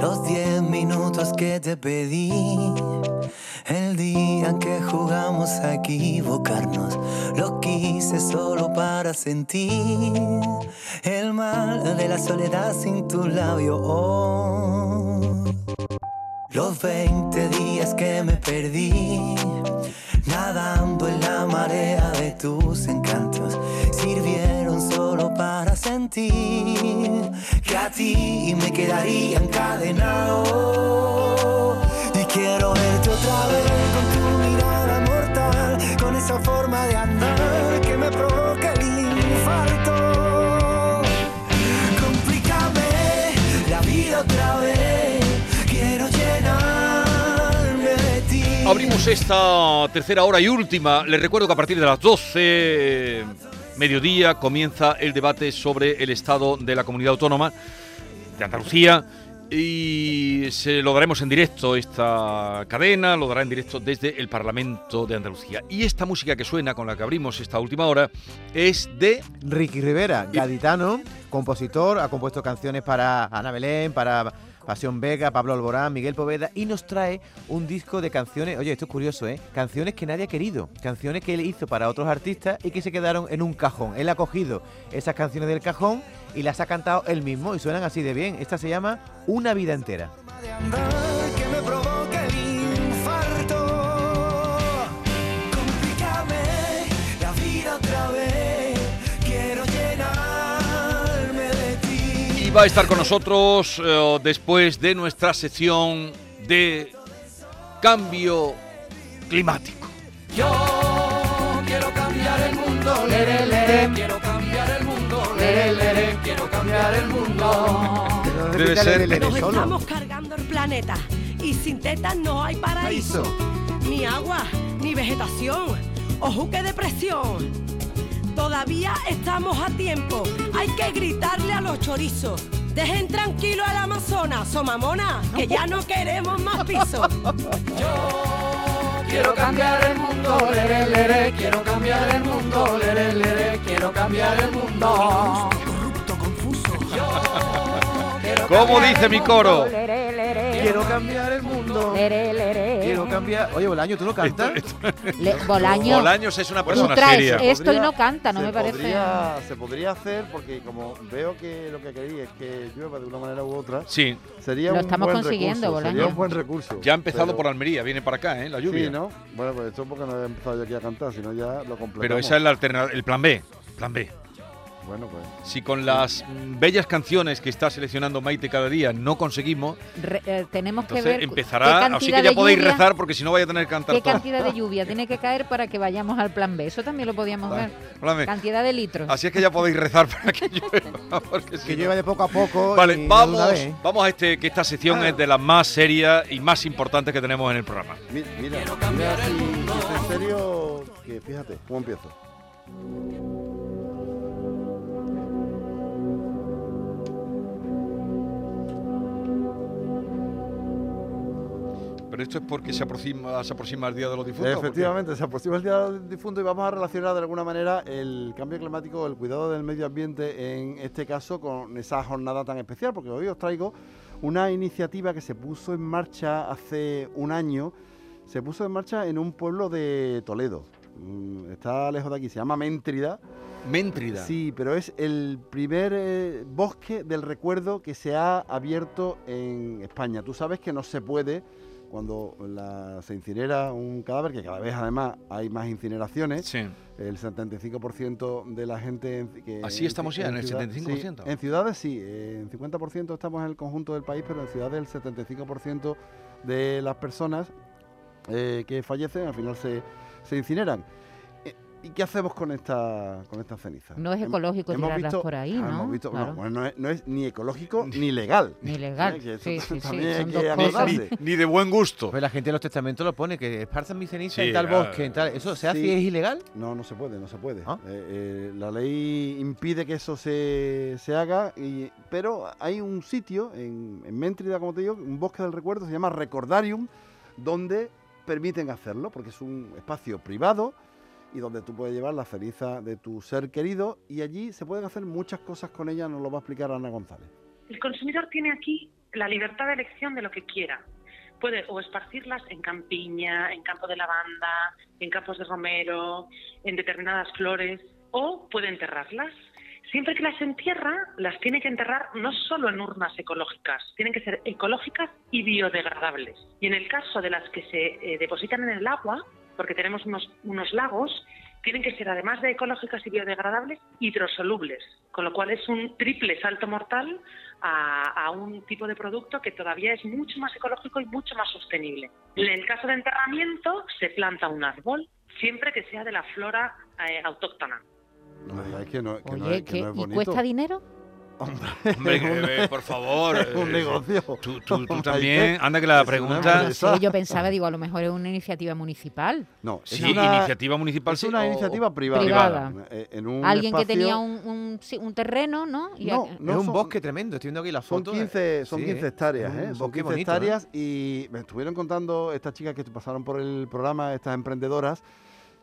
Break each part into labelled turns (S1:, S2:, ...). S1: Los diez minutos que te pedí, el día en que jugamos a equivocarnos, lo quise solo para sentir el mal de la soledad sin tu labio. Oh. Los 20 días que me perdí, nadando en la marea de tus encantos, sirvieron solo para sentir que a ti me quedaría encadenado. Y quiero verte otra vez con tu mirada mortal, con esa forma de andar que me provoca el infarto. Complícame la vida otra vez, quiero llenarme de ti.
S2: Abrimos esta tercera hora y última. Les recuerdo que a partir de las 12 mediodía comienza el debate sobre el estado de la comunidad autónoma de Andalucía y se lo daremos en directo esta cadena, lo dará en directo desde el Parlamento de Andalucía. Y esta música que suena con la que abrimos esta última hora es de
S3: Ricky Rivera, gaditano, compositor, ha compuesto canciones para Ana Belén, para Pasión Vega, Pablo Alborán, Miguel Poveda y nos trae un disco de canciones, oye, esto es curioso, ¿eh? Canciones que nadie ha querido, canciones que él hizo para otros artistas y que se quedaron en un cajón. Él ha cogido esas canciones del cajón y las ha cantado él mismo y suenan así de bien. Esta se llama Una vida entera.
S1: de andar que me provoca el infarto. Complícame la vida otra vez, quiero llenarme de ti.
S2: Y va a estar con nosotros eh, después de nuestra sección de cambio climático.
S4: Yo quiero cambiar el mundo, lere, lere. Quiero cambiar el mundo, lere, lere. Quiero cambiar el mundo.
S2: Debe ser-
S5: Nos estamos cargando el planeta y sin tetas no hay paraíso. Ni agua, ni vegetación, ojuque de presión. Todavía estamos a tiempo. Hay que gritarle a los chorizos. Dejen tranquilo al Amazonas, somamona, que ya no queremos más piso.
S4: Quiero cambiar el mundo, lere, lere. Quiero cambiar el mundo, lere, lere. Quiero cambiar el mundo.
S2: ¿Cómo dice mi coro?
S3: Quiero cambiar el mundo.
S6: Eh.
S3: Quiero cambiar. Oye, Bolaño, ¿tú no cantas?
S6: Le- Bolaño,
S2: Bolaños es una
S6: tú
S2: persona
S6: traes eh.
S2: seria.
S6: esto y no canta, no
S7: se
S6: me parece.
S7: podría- se podría hacer porque como veo que lo que quería es que llueva de una manera u otra,
S2: Sí,
S7: sería
S6: Lo
S7: un
S6: estamos
S7: buen
S6: consiguiendo,
S7: recurso, sería
S6: Bolaño.
S7: un buen recurso.
S2: ya ha empezado
S7: Pero-
S2: por Almería, viene para acá, ¿eh? La lluvia.
S7: Sí, ¿no? Bueno, pues esto porque no he empezado yo aquí a cantar, sino ya lo completamos.
S2: Pero esa es la alterna- el plan B, plan B.
S7: Bueno, pues
S2: Si con las mm, bellas canciones que está seleccionando Maite cada día no conseguimos,
S6: Re- eh, tenemos que
S2: entonces
S6: ver cu- qué
S2: empezará.
S6: cantidad
S2: Así que ya
S6: de
S2: podéis
S6: lluvia-
S2: rezar porque si no vaya a tener que cantar
S6: ¿Qué
S2: todo.
S6: cantidad de lluvia tiene que caer para que vayamos al plan B? Eso también lo podíamos ver.
S2: Háblame.
S6: Cantidad de litros.
S2: Así es que ya podéis rezar para que llueva. porque si
S3: Que
S2: no-
S3: lleva de poco a poco. y no
S2: Vale,
S3: de
S2: vamos,
S3: una vez. ¿eh?
S2: vamos a este, que esta sección es de las más serias y más importantes que tenemos en el programa.
S7: mi- mira, mira si, si es en serio, que fíjate, ¿cómo empiezo?
S2: Pero esto es porque se aproxima, se aproxima el Día de los Difuntos. ¿por qué?
S7: Efectivamente, se aproxima el Día del Difunto y vamos a relacionar de alguna manera el cambio climático, el cuidado del medio ambiente en este caso con esa jornada tan especial, porque hoy os traigo una iniciativa que se puso en marcha hace un año, se puso en marcha en un pueblo de Toledo, Mm, está lejos de aquí, se llama Méntrida,
S2: Méntrida.
S7: Sí, pero es el primer eh, bosque del recuerdo que se ha abierto en España. Tú sabes que no se puede cuando la- se incinera un cadáver, que cada vez además hay más incineraciones.
S2: Sí.
S7: El 75% de la gente... en- que
S2: Así estamos ya, en el
S7: ciudad-
S2: 75%.
S7: sí, en ciudades sí, eh, en 50% estamos en el conjunto del país, pero en ciudades el 75% de las personas eh, que fallecen al final se, se incineran. Eh, ¿Y qué hacemos con esta con estas cenizas?
S6: No es
S7: Hem-
S6: ecológico
S7: hemos
S6: tirarlas
S7: visto-
S6: por ahí,
S7: ah,
S6: ¿no?
S7: hemos visto- no,
S6: Claro.
S7: bueno, no es, no es ni ecológico ni legal.
S6: Ni
S7: Eh,
S6: legal.
S7: que eso
S6: Sí, sí, sí,
S7: también hay
S6: son
S7: que
S6: dos
S2: Ni,
S6: cosas.
S7: acordarse.
S2: ni- ni de buen gusto.
S3: Pues la gente en los testamentos lo pone, que esparzan mi ceniza
S2: Sí,
S3: en tal
S2: claro.
S3: bosque, en tal. ¿Eso se hace
S7: Sí.
S3: y es ilegal?
S7: No, no se puede, no se puede.
S3: ¿Ah?
S7: Eh, eh, la ley impide que eso se, se haga, y- pero hay un sitio en, en Méntrida, como te digo, un bosque del recuerdo, se llama Recordarium, donde permiten hacerlo, porque es un espacio privado y donde tú puedes llevar la ceniza de tu ser querido y allí se pueden hacer muchas cosas con ella, nos lo va a explicar Ana González.
S8: El consumidor tiene aquí la libertad de elección de lo que quiera. Puede o esparcirlas en campiña, en campo de lavanda, en campos de romero, en determinadas flores, o puede enterrarlas. Siempre que las entierra, las tiene que enterrar no solo en urnas ecológicas, tienen que ser ecológicas y biodegradables. Y en el caso de las que se eh, depositan en el agua, porque tenemos unos, unos lagos, tienen que ser, además de ecológicas y biodegradables, hidrosolubles, con lo cual es un triple salto mortal a, a un tipo de producto que todavía es mucho más ecológico y mucho más sostenible. En el caso de enterramiento, se planta un árbol, siempre que sea de la flora eh, autóctona.
S7: No digáis que no, que no
S6: Oye,
S7: es, que no
S6: ¿qué?
S7: es
S6: ¿y
S7: bonito.
S6: cuesta dinero?
S2: Hombre, que- eh, por favor.
S7: Es un
S2: eh,
S7: negocio.
S2: Tú, tú- tú
S7: Hombre,
S2: también,
S7: es que
S2: anda que la
S7: es una
S2: pregunta.
S7: empresa.
S6: Sí, yo pensaba, digo, a lo mejor es una iniciativa municipal.
S7: No, es
S2: Sí,
S7: una,
S2: iniciativa municipal.
S7: es
S2: sí,
S7: una
S2: o-
S7: iniciativa privada.
S6: privada.
S7: Eh, En un
S6: Alguien que
S7: espacio-
S6: tenía un, un- sí, un terreno, ¿no? Y
S7: No,
S6: a-
S7: no
S3: es un
S7: son-
S3: bosque tremendo, estoy viendo aquí las
S7: Son
S3: fotos.
S7: 15, son
S3: Sí,
S7: 15 hectáreas,
S3: es
S7: ¿eh?
S3: un
S7: Son
S3: bosque
S7: 15
S3: bonito, ¿eh?
S7: hectáreas y me estuvieron contando estas chicas que pasaron por el programa, estas emprendedoras,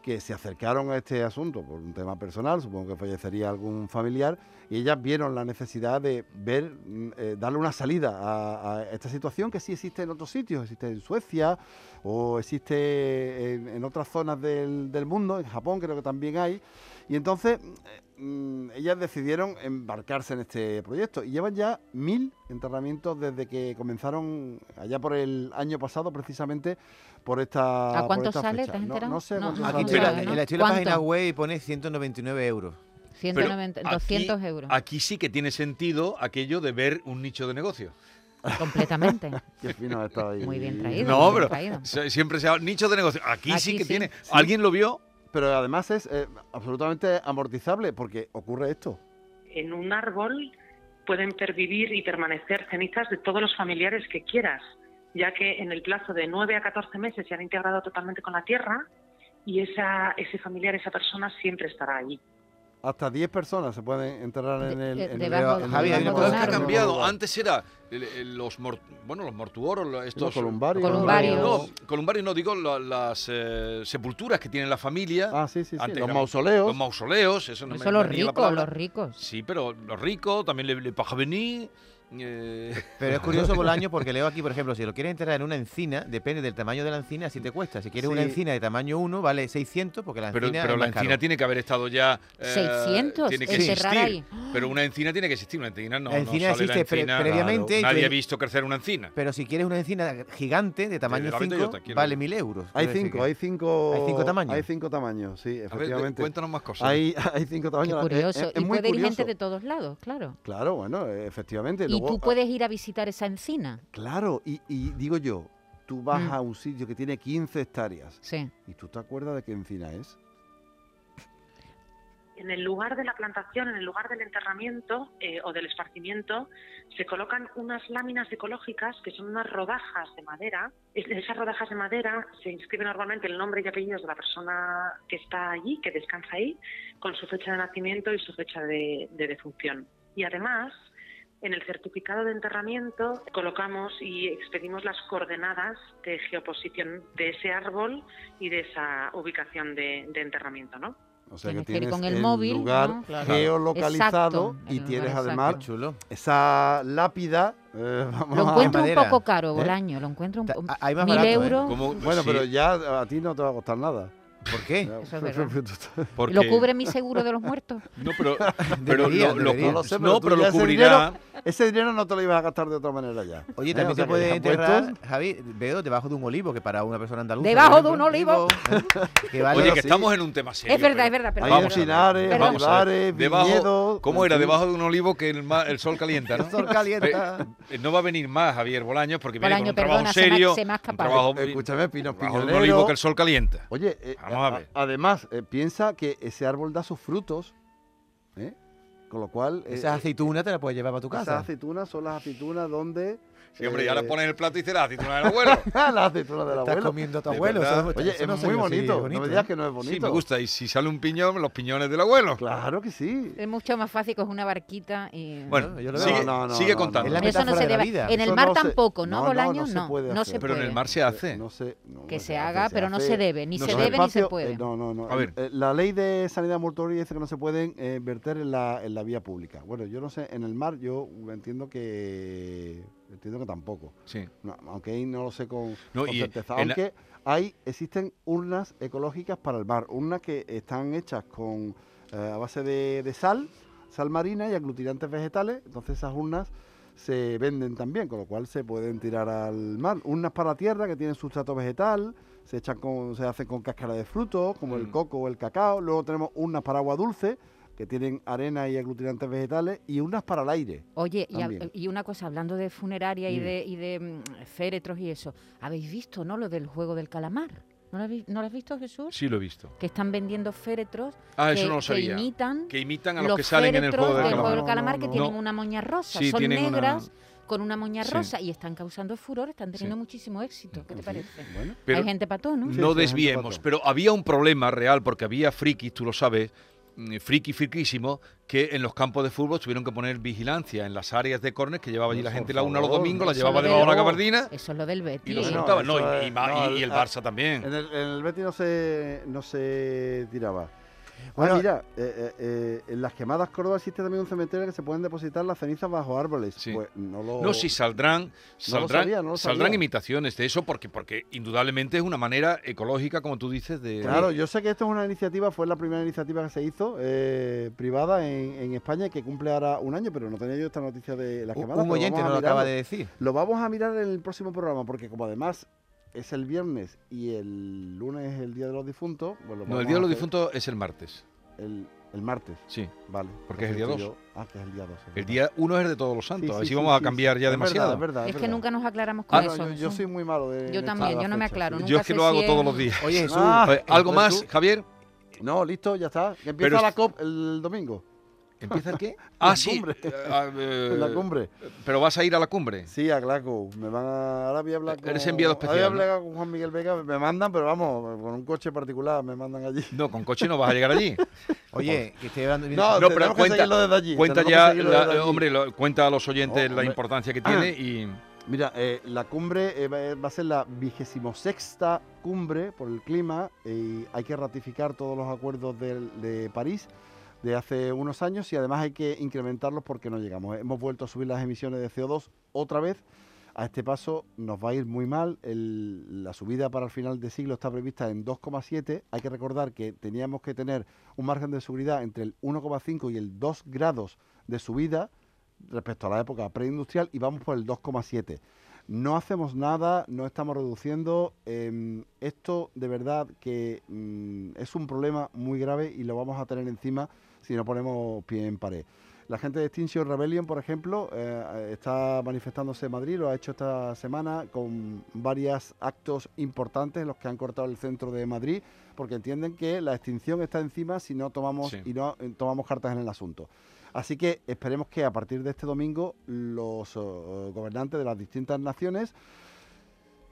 S7: que se acercaron a este asunto por un tema personal, supongo que fallecería algún familiar, y ellas vieron la necesidad de ver, mm, eh, darle una salida a, a esta situación que sí existe en otros sitios, existe en Suecia o existe en, en otras zonas del, del mundo, en Japón creo que también hay, y entonces mm, mm, ellas decidieron embarcarse en este proyecto y llevan ya mil enterramientos desde que comenzaron allá por el año pasado precisamente por esta...
S6: ¿A
S7: por
S6: cuánto
S7: esta
S6: sale?
S7: fecha.
S6: ¿Te has
S7: No-
S6: enterado?
S7: No, sé
S6: No,
S7: cuánto
S6: no
S3: Aquí,
S7: sale.
S6: se
S3: pero
S6: sabe,
S3: en
S6: ¿no?
S3: la estoy en la página
S6: ¿Cuánto?
S3: web y pone 199 euros.
S2: pero
S6: 190,
S2: aquí-
S6: 200 euros.
S2: Aquí sí que tiene sentido aquello de ver un nicho de negocio.
S6: Completamente.
S7: Qué fino ha estado ahí.
S6: Muy bien traído.
S2: No,
S6: muy
S2: pero
S6: bien traído.
S2: se- siempre se ha nicho de negocio. Aquí, sí
S6: Aquí
S2: que
S6: sí.
S2: tiene. ¿Alguien lo vio?
S7: Pero además es eh, absolutamente amortizable porque ocurre esto.
S8: En un árbol pueden pervivir y permanecer cenizas de todos los familiares que quieras, ya que en el plazo de 9 a 14 meses se han integrado totalmente con la tierra y esa, ese familiar, esa persona siempre estará allí.
S7: Hasta 10 personas se pueden enterrar en
S6: De-
S7: el...
S6: de-
S7: en el-
S6: debajo
S7: en
S6: de-
S7: el-
S3: Javi, hay una
S7: en
S3: cosa
S7: el-
S2: Todo esto ha
S6: Claro.
S2: cambiado. Antes era el- el- los mor- bueno los mortuoros, los- estos
S7: columbarios.
S6: Columbarios.
S2: No, columbarios no digo la- las eh, sepulturas que tiene la familia,
S7: Ah, sí, sí, sí.
S2: Antes
S7: los
S2: eran-
S7: mausoleos.
S2: los mausoleos, eso no me-
S6: Eso
S2: me
S6: los
S2: venía la
S6: ricos,
S2: palabra.
S6: los ricos.
S2: Sí, pero los ricos también le, le paja venir. eh,
S3: Pero es curioso por el año porque leo aquí, por ejemplo, si lo quieres enterrar en una encina, depende del tamaño de la encina, así te cuesta. Si quieres una
S7: Sí.
S3: encina de tamaño 1, vale 600 porque la encina
S2: pero pero
S3: es
S2: la
S3: más
S2: encina
S3: caro.
S2: tiene que haber estado ya. eh,
S6: 600,
S2: tiene que
S6: enterrar
S2: existir.
S6: ahí.
S2: Pero una encina tiene que existir. Una encina no.
S3: La
S2: no sale
S3: encina
S2: la
S3: existe pre-
S2: encina.
S3: previamente,
S2: Nadie
S3: incluye-
S2: ha visto crecer una encina.
S3: Pero si quieres una encina gigante de tamaño
S2: la venta yo
S3: 5,
S2: te quiero.
S3: vale 1000 euros.
S7: Hay
S3: Quiero decir
S7: cinco,
S3: que-
S7: hay cinco...
S3: Hay cinco tamaños.
S7: Hay cinco tamaños, sí,
S2: A ver, de-
S7: efectivamente.
S2: cuéntanos más cosas.
S7: hay, hay cinco
S6: Qué
S7: tamaños. Es-
S6: curioso.
S7: eh, Es, es
S6: y
S7: muy
S6: puede ir
S7: curioso.
S6: gente de todos lados, claro.
S7: Claro, bueno, eh, efectivamente.
S6: Y
S7: luego-
S6: tú puedes ir a visitar esa encina.
S7: Claro, y, y digo yo, tú vas
S6: Mm.
S7: a un sitio que tiene 15 hectáreas
S6: Sí.
S7: y tú te acuerdas de qué encina es.
S8: en el lugar de la plantación, en el lugar del enterramiento eh, o del esparcimiento, se colocan unas láminas ecológicas que son unas rodajas de madera. Es- En esas rodajas de madera se inscribe normalmente el nombre y apellidos de la persona que está allí, que descansa ahí, con su fecha de nacimiento y su fecha de, de defunción. Y además, en el certificado de enterramiento colocamos y expedimos las coordenadas de geoposición de ese árbol y de esa ubicación de, de enterramiento, ¿no?
S7: O sea
S6: Tienes
S7: que
S6: que ir
S7: tienes
S6: con el
S7: el
S6: móvil,
S7: lugar
S6: ¿no? Claro.
S7: geolocalizado
S6: Exacto,
S7: y
S6: el
S7: tienes
S6: lugar
S7: además
S3: Qué chulo.
S7: esa lápida. eh, vamos
S6: Lo
S7: a-
S6: encuentro un
S3: madera.
S6: poco caro,
S7: ¿eh?
S6: Bolaño. Lo encuentro un
S3: Ta-
S6: poco.
S7: ah,
S3: a- hay más
S6: Mil
S3: barato, ¿eh?
S6: euros.
S2: Como-
S7: Bueno,
S2: sí,
S7: pero ya a ti no te va a costar nada.
S3: ¿Por qué?
S6: Eso es verdad.
S2: porque-
S6: ¿Lo cubre mi seguro de los muertos?
S2: No, pero, pero
S3: Debería,
S2: lo, lo-
S3: debería.
S7: No lo sé,
S2: no,
S7: pero tú
S2: pero
S7: ya
S2: lo
S7: ese
S2: cubrirá.
S7: Ese dinero no te lo ibas a gastar de otra manera ya.
S3: Oye,
S7: ¿Eh?
S3: también
S7: O sea
S3: te
S7: que
S3: puedes
S7: ya
S3: enterrar,
S7: puestos-
S3: Javi, veo debajo de un olivo, que para una persona andaluza...
S6: Debajo
S3: por
S6: de un
S3: ejemplo, ¿eh? que vale,
S2: Oye, que
S7: sí.
S2: estamos en un tema serio.
S6: es verdad,
S2: pero-
S6: es verdad. Pero
S7: Hay
S2: Vamos a ver,
S7: encinares,
S6: Perdón.
S2: Vamos a ver.
S7: olivares,
S2: Debajo-
S7: viñedos.
S2: ¿Cómo era?
S7: en fin.
S2: Debajo de un olivo que el, ma- el sol calienta, ¿no?
S3: el sol calienta.
S2: Eh, no va a venir más Javier Bolaños porque viene
S6: Bolaños,
S2: con un trabajo
S6: perdona, se me ha-
S2: serio.
S6: se me
S2: un
S6: ha escapado.
S2: trabajo
S7: Escúchame, Pinos
S2: debajo de un
S7: Piñonero.
S2: olivo que el sol calienta.
S7: Oye, eh,
S2: Vamos a ver.
S7: además, eh, piensa que ese árbol da sus frutos, ¿eh? Con lo cual... eh,
S3: Esas
S7: eh,
S3: aceitunas te las puedes llevar para tu
S7: Esas
S3: casa.
S7: aceitunas son las aceitunas donde...
S2: Sí, hombre, y
S7: eh,
S2: ahora pones el plato y "Ah, dices la aceituna del abuelo.
S7: las aceitunas del
S3: Estás
S7: abuelo.
S3: comiendo a tu
S2: De
S3: abuelo.
S2: verdad.
S3: eso-
S7: Oye,
S3: eso
S7: es
S3: no sé
S7: muy
S3: yo si es
S7: bonito. No me digas
S3: ¿eh?
S7: que no es bonito.
S2: Sí, me gusta. Y si sale un piñón, los piñones del abuelo.
S7: Claro que sí.
S6: Es mucho más fácil coger una barquita y...
S2: Bueno,
S3: yo lo veo.
S2: sigue,
S7: No, no,
S2: sigue
S7: no,
S2: contando.
S3: no. Es la
S6: eso no
S3: metáfora
S6: se
S3: de la
S6: debe.
S3: vida.
S6: En el
S7: Eso
S6: mar
S7: no se-
S6: tampoco, ¿no,
S7: no, no,
S6: Bolaño?
S7: no se
S6: No,
S7: puede
S6: no
S7: hacer.
S6: se
S2: Pero en
S6: puede.
S2: el mar se hace.
S7: Eh, No sé, no,
S6: Que
S7: no
S6: se
S7: hace,
S6: hace, pero no
S7: hace.
S6: se debe, ni
S2: No
S6: se
S2: se
S6: debe ni se
S7: espacio, eh,
S6: puede.
S7: no, no, no.
S2: A ver.
S7: Eh, la ley de sanidad mortuoria dice que no se pueden eh, verter en la, en la la vía pública. Bueno, yo no sé, en el mar yo entiendo que entiendo que tampoco.
S2: Sí.
S7: No, aunque ahí no lo sé con,
S2: No,
S7: con
S2: y, eh,
S7: certeza.
S2: en la-
S7: Aunque hay, existen urnas ecológicas para el mar, urnas que están hechas con eh, a base de, de sal, sal marina y aglutinantes vegetales. Entonces esas urnas se venden también, con lo cual se pueden tirar al mar. Urnas para la tierra que tienen sustrato vegetal, se echan con, se hacen con cáscara de frutos, como el
S2: Mm.
S7: coco o el cacao. Luego tenemos urnas para agua dulce, que tienen arena y aglutinantes vegetales, y urnas para el aire.
S6: Oye, y, hab-
S7: También.
S6: y una cosa, hablando de funeraria y
S7: Dime.
S6: de, y de mm, féretros y eso, ¿habéis visto, no, lo del juego del calamar? ¿No lo habéis, ¿no lo has visto, Jesús?
S2: Sí, lo he visto.
S6: Que están vendiendo féretros
S2: Ah,
S6: que,
S2: eso no lo
S6: que
S2: sabía.
S6: imitan
S2: Que imitan a los, que salen en el
S6: féretros
S2: juego del
S6: del
S2: calamar.
S6: juego del calamar que
S7: No, no,
S6: tienen
S2: no.
S6: una moña rosa.
S2: Sí,
S6: Son
S2: tienen una-
S6: negras con una moña
S2: Sí.
S6: rosa y están causando furor, están teniendo muchísimo éxito. ¿Qué te parece?
S7: Bueno.
S2: Pero-
S6: Hay gente pató, ¿no?
S7: Sí,
S2: no
S7: sí,
S2: desviemos,
S7: gente
S2: pero había un problema real porque había frikis, tú lo sabes, mm, friki friquísimo, que en los campos de fútbol tuvieron que poner vigilancia en las áreas de córner que llevaba allí la
S7: Por
S2: gente la una los
S7: favor,
S2: domingos, la
S6: Eso
S2: llevaba
S6: lo
S2: debajo de la
S6: del-
S2: gabardina
S6: Eso es lo del Betis.
S2: y lo
S7: Sí.
S6: Eso
S2: sentaban. No,
S7: No,
S2: y,
S7: eso
S2: y ma-
S7: es- no,
S2: y- y el
S7: ah,
S2: Barça también.
S7: En el, en el Betis no se, no se tiraba. Bueno, mira, eh, eh, eh, en las quemadas Córdoba existe también un cementerio que se pueden depositar las cenizas bajo árboles.
S2: Sí.
S7: Pues no lo.
S2: No, sí, saldrán, saldrán,
S7: sabía, no lo
S2: saldrán
S7: sabía.
S2: imitaciones de eso porque, porque indudablemente es una manera ecológica, como tú dices, de...
S7: Claro, yo sé que esto es una iniciativa, fue la primera iniciativa que se hizo eh, privada en, en España y que cumple ahora un año, pero no tenía yo esta noticia de las
S3: Un,
S7: quemadas. pero
S3: oyente
S7: vamos
S3: nos
S7: a
S3: lo acaba
S7: mirarlo.
S3: de decir.
S7: Lo vamos a mirar en el próximo programa, porque como además es el viernes y el lunes es el Día de los Difuntos, pues
S2: No,
S7: lo
S2: el
S7: vamos
S2: Día de
S7: a
S2: los
S7: hacer
S2: Difuntos es el martes,
S7: El, el martes,
S2: sí.
S7: vale.
S2: Porque es el
S7: Entonces
S2: día
S7: estoy yo- Ah, que es el día 2.
S2: El día uno es el de Todos los Santos,
S7: Sí,
S2: a ver
S7: sí,
S2: si
S7: sí,
S2: vamos a
S7: sí,
S2: cambiar
S7: sí.
S2: ya
S7: Es
S2: demasiado.
S7: verdad, es verdad,
S6: Es que
S7: verdad.
S6: nunca nos aclaramos con
S7: Ah,
S6: eso.
S7: no, yo, yo
S6: Jesús.
S7: soy muy malo de.
S6: Yo
S7: en
S6: también,
S7: estas
S6: yo no me
S7: fechas,
S6: aclaro,
S7: sí.
S6: nunca
S2: Yo es que
S6: sé
S2: lo hago
S6: si
S2: todos
S6: es-
S2: los días.
S3: Oye, Jesús,
S7: Ah,
S2: Pues, ¿Algo
S7: entonces
S2: más,
S7: tú-
S2: Javier?
S7: No, listo, ya está. Que empieza
S2: Pero-
S7: la COP el domingo,
S2: ¿Empieza el qué? Ah, sí.
S7: cumbre.
S2: eh, ah, eh,
S7: la cumbre.
S2: Pero vas a ir a la cumbre.
S7: Sí, a Glasgow. Me van a. Ahora voy a hablar con.
S2: Eres enviado especial,
S7: Ahora voy
S2: ¿no?
S7: a hablar con Juan Miguel Vega. Me mandan, pero vamos, con un coche particular me mandan allí.
S2: No, con coche no vas a llegar allí.
S3: Oye, que estoy hablando.
S7: No,
S2: No,
S7: tenemos
S2: pero
S7: que
S2: cuenta,
S7: seguirlo desde allí,
S2: cuenta
S7: tenemos que
S2: ya,
S7: seguirlo
S2: la- eh,
S7: desde allí.
S2: hombre, lo- cuenta a los oyentes
S7: No,
S2: la
S7: hombre. Ah.
S2: importancia que tiene y
S7: Mira, eh, la cumbre eh, va va a ser la vigésimo sexta cumbre por el clima eh, y hay que ratificar todos los acuerdos del- de, París de hace unos años y además hay que incrementarlos porque no llegamos. Hemos vuelto a subir las emisiones de CO2 otra vez. A este paso nos va a ir muy mal. El- la subida para el final de siglo está prevista en 2,7. Hay que recordar que teníamos que tener un margen de seguridad entre el 1,5 y el 2 grados de subida respecto a la época preindustrial y vamos por el 2,7. No hacemos nada, no estamos reduciendo. em, esto de verdad que mm, es un problema muy grave y lo vamos a tener encima si no ponemos pie en pared. La gente de Extinction Rebellion, por ejemplo, eh, está manifestándose en Madrid, lo ha hecho esta semana con varios actos importantes, los que han cortado el centro de Madrid, porque entienden que la extinción está encima si no tomamos
S2: Sí.
S7: y no eh, tomamos cartas en el asunto. Así que esperemos que a partir de este domingo los eh, gobernantes de las distintas naciones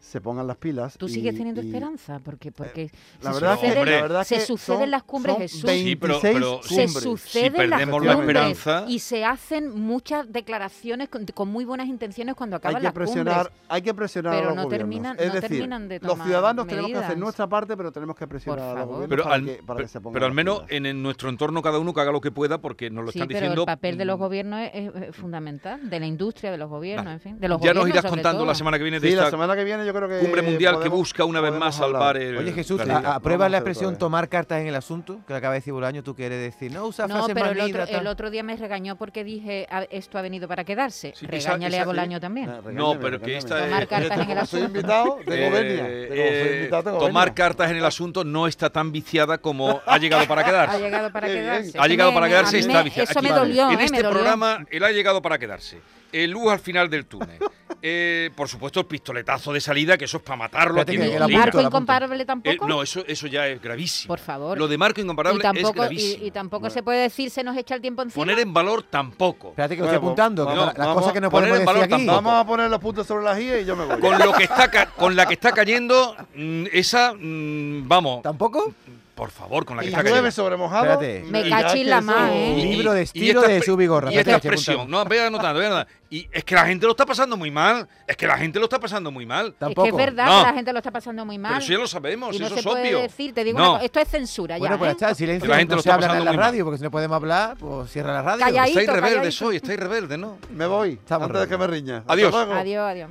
S7: se pongan las pilas.
S6: Tú
S7: y-
S6: sigues teniendo
S7: y-
S6: esperanza, porque,
S2: Eh,
S6: porque
S7: La
S6: se
S7: verdad, es que,
S6: suceden-
S2: Hombre.
S7: la verdad es
S6: se
S7: que
S6: suceden
S7: son-
S6: las cumbres,
S7: son
S6: Jesús.
S2: Sí, pero-
S7: 26
S2: pero
S6: se
S7: cumbres.
S6: suceden
S2: perdemos
S7: la
S6: las cumbres
S2: esperanza-
S6: y se hacen muchas declaraciones con, con muy buenas intenciones cuando
S7: hay
S6: acaban
S7: que
S6: las
S7: presionar,
S6: cumbres.
S7: hay que presionar
S6: Pero
S7: a los
S6: no
S7: gobiernos.
S6: terminan-
S7: es
S6: no
S7: decir,
S6: terminan de
S7: los
S6: tomar
S7: ciudadanos tenemos que hacer
S6: medidas.
S7: nuestra parte, pero tenemos que presionar a los
S6: favor.
S7: gobiernos
S2: pero
S7: para,
S2: al,
S7: que, para
S2: pe-
S7: que se pongan
S2: pero al
S7: las
S2: menos
S7: pilas.
S2: en, en nuestro entorno cada uno que haga lo que pueda porque nos lo
S6: Sí,
S2: están
S6: pero
S2: diciendo.
S6: el papel de los
S2: mm,
S6: gobiernos es, es- es fundamental, de la industria, de los gobiernos,
S2: Vale.
S6: en fin. De los
S2: Ya nos
S6: gobiernos
S2: irás
S6: sobre
S2: contando
S6: todo.
S2: la semana que viene de
S7: Sí, la
S2: esta
S7: semana que viene yo creo que
S2: cumbre mundial que
S7: podemos-
S2: busca una vez
S7: podemos
S2: más
S7: hablar.
S2: salvar el.
S3: Oye, Jesús,
S2: planeta.
S7: Claro.
S3: a- aprueba
S7: Vamos a
S3: la
S7: hacer
S3: expresión
S7: otra vez.
S3: tomar cartas en el asunto, que lo acaba de decir Bolaño, tú quieres decir. No, usa
S6: No,
S3: frases
S6: pero
S3: más
S6: el otro,
S3: lindas, tal.
S6: el otro día me regañó porque dije, "Ah, esto ha venido para quedarse.
S2: Sí, esa-
S6: Regáñale
S2: esa-
S6: a Bolaño también.
S7: Eh, regáñame,
S2: No, pero que
S7: regáñame.
S2: esta
S6: Tomar
S2: es-
S6: cartas en el
S7: Como soy
S6: asunto.
S7: invitado, tengo venia.
S2: Eh,
S7: Tengo- soy
S2: eh,
S7: invitado, tengo
S2: tomar
S7: venia.
S2: cartas en el asunto no está tan viciada como ha llegado para
S6: Ha
S2: quedarse.
S6: llegado para
S7: Qué bien.
S6: quedarse.
S2: Ha llegado
S6: Me-
S2: para
S6: me-
S2: quedarse
S6: a
S2: y
S6: mí
S2: está
S6: me-
S2: viciada.
S6: Eso me
S2: Vale.
S6: dolió,
S2: En
S6: ¿eh?
S2: este
S6: me dolió.
S2: programa, él ha llegado para quedarse. El luz al final del túnel. Eh, por supuesto, el pistoletazo de salida, que eso es para matarlo. a
S3: Espérate
S2: quien
S3: que
S2: lo
S3: la
S6: ¿Y
S3: apunto,
S2: diga.
S6: Marco
S3: la apunto.
S6: Incomparable
S2: Eh,
S6: tampoco?
S2: no, eso, eso ya es gravísimo.
S6: Por favor.
S2: Lo de marco incomparable
S6: y tampoco,
S2: es gravísimo.
S6: y, y tampoco se puede decir se nos echa el tiempo encima.
S2: Poner en valor tampoco.
S3: Espérate que lo
S7: Bueno,
S3: estoy apuntando, que
S7: vamos-
S3: la- las
S7: vamos
S3: cosas
S7: a
S3: que no
S2: poner
S3: podemos
S2: en
S3: decir
S2: valor
S3: aquí.
S2: tampoco.
S7: Vamos a poner los puntos sobre las IE y yo me voy.
S2: Con, lo que está ca- con la que está cayendo, mm, esa, mm, vamos,
S3: ¿Tampoco?
S2: por favor, con la que
S7: Y
S2: está
S7: llueve
S2: cayendo.
S7: sobre mojado.
S3: Espérate.
S6: Me
S7: mira
S6: cachis
S7: que
S6: la
S7: eso-
S6: más, ¿eh?
S2: Y-
S3: Libro de
S2: y
S3: estilo
S2: esta
S3: de
S2: expre-
S3: Zúbigo,
S2: Y esta
S3: Rafael, estoy
S2: expresión, no, ve anotando, ve anotando. Y es que la gente lo está pasando muy mal. Es que la gente lo está pasando muy mal.
S3: Tampoco.
S6: Es que es verdad
S2: No.
S6: que la gente lo está pasando muy mal.
S2: Pero si ya lo sabemos,
S6: y no
S2: eso
S6: se
S2: es
S6: puede
S2: obvio.
S6: decir, te digo
S2: No.
S6: una cosa, esto es censura ya.
S3: Bueno, pues
S6: ¿eh?
S3: está, silencio,
S2: La gente
S3: no
S2: lo
S3: se
S2: está
S3: habla nada en
S2: pasando
S3: la
S2: muy mal.
S3: radio, porque si no podemos hablar, pues cierra la radio.
S6: Calla ahí.
S2: Estáis
S6: Calladito,
S2: rebeldes
S6: calladito.
S2: hoy, estáis rebeldes, ¿no?
S7: Me voy.
S3: Estamos
S7: antes de que me
S3: reunidos.
S7: riñas. Hasta
S2: Adiós.
S7: luego.
S6: Adiós, adiós.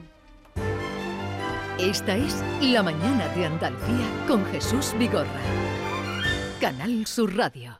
S9: Esta es La Mañana de Andalucía con Jesús Vigorra. Canal Sur Radio.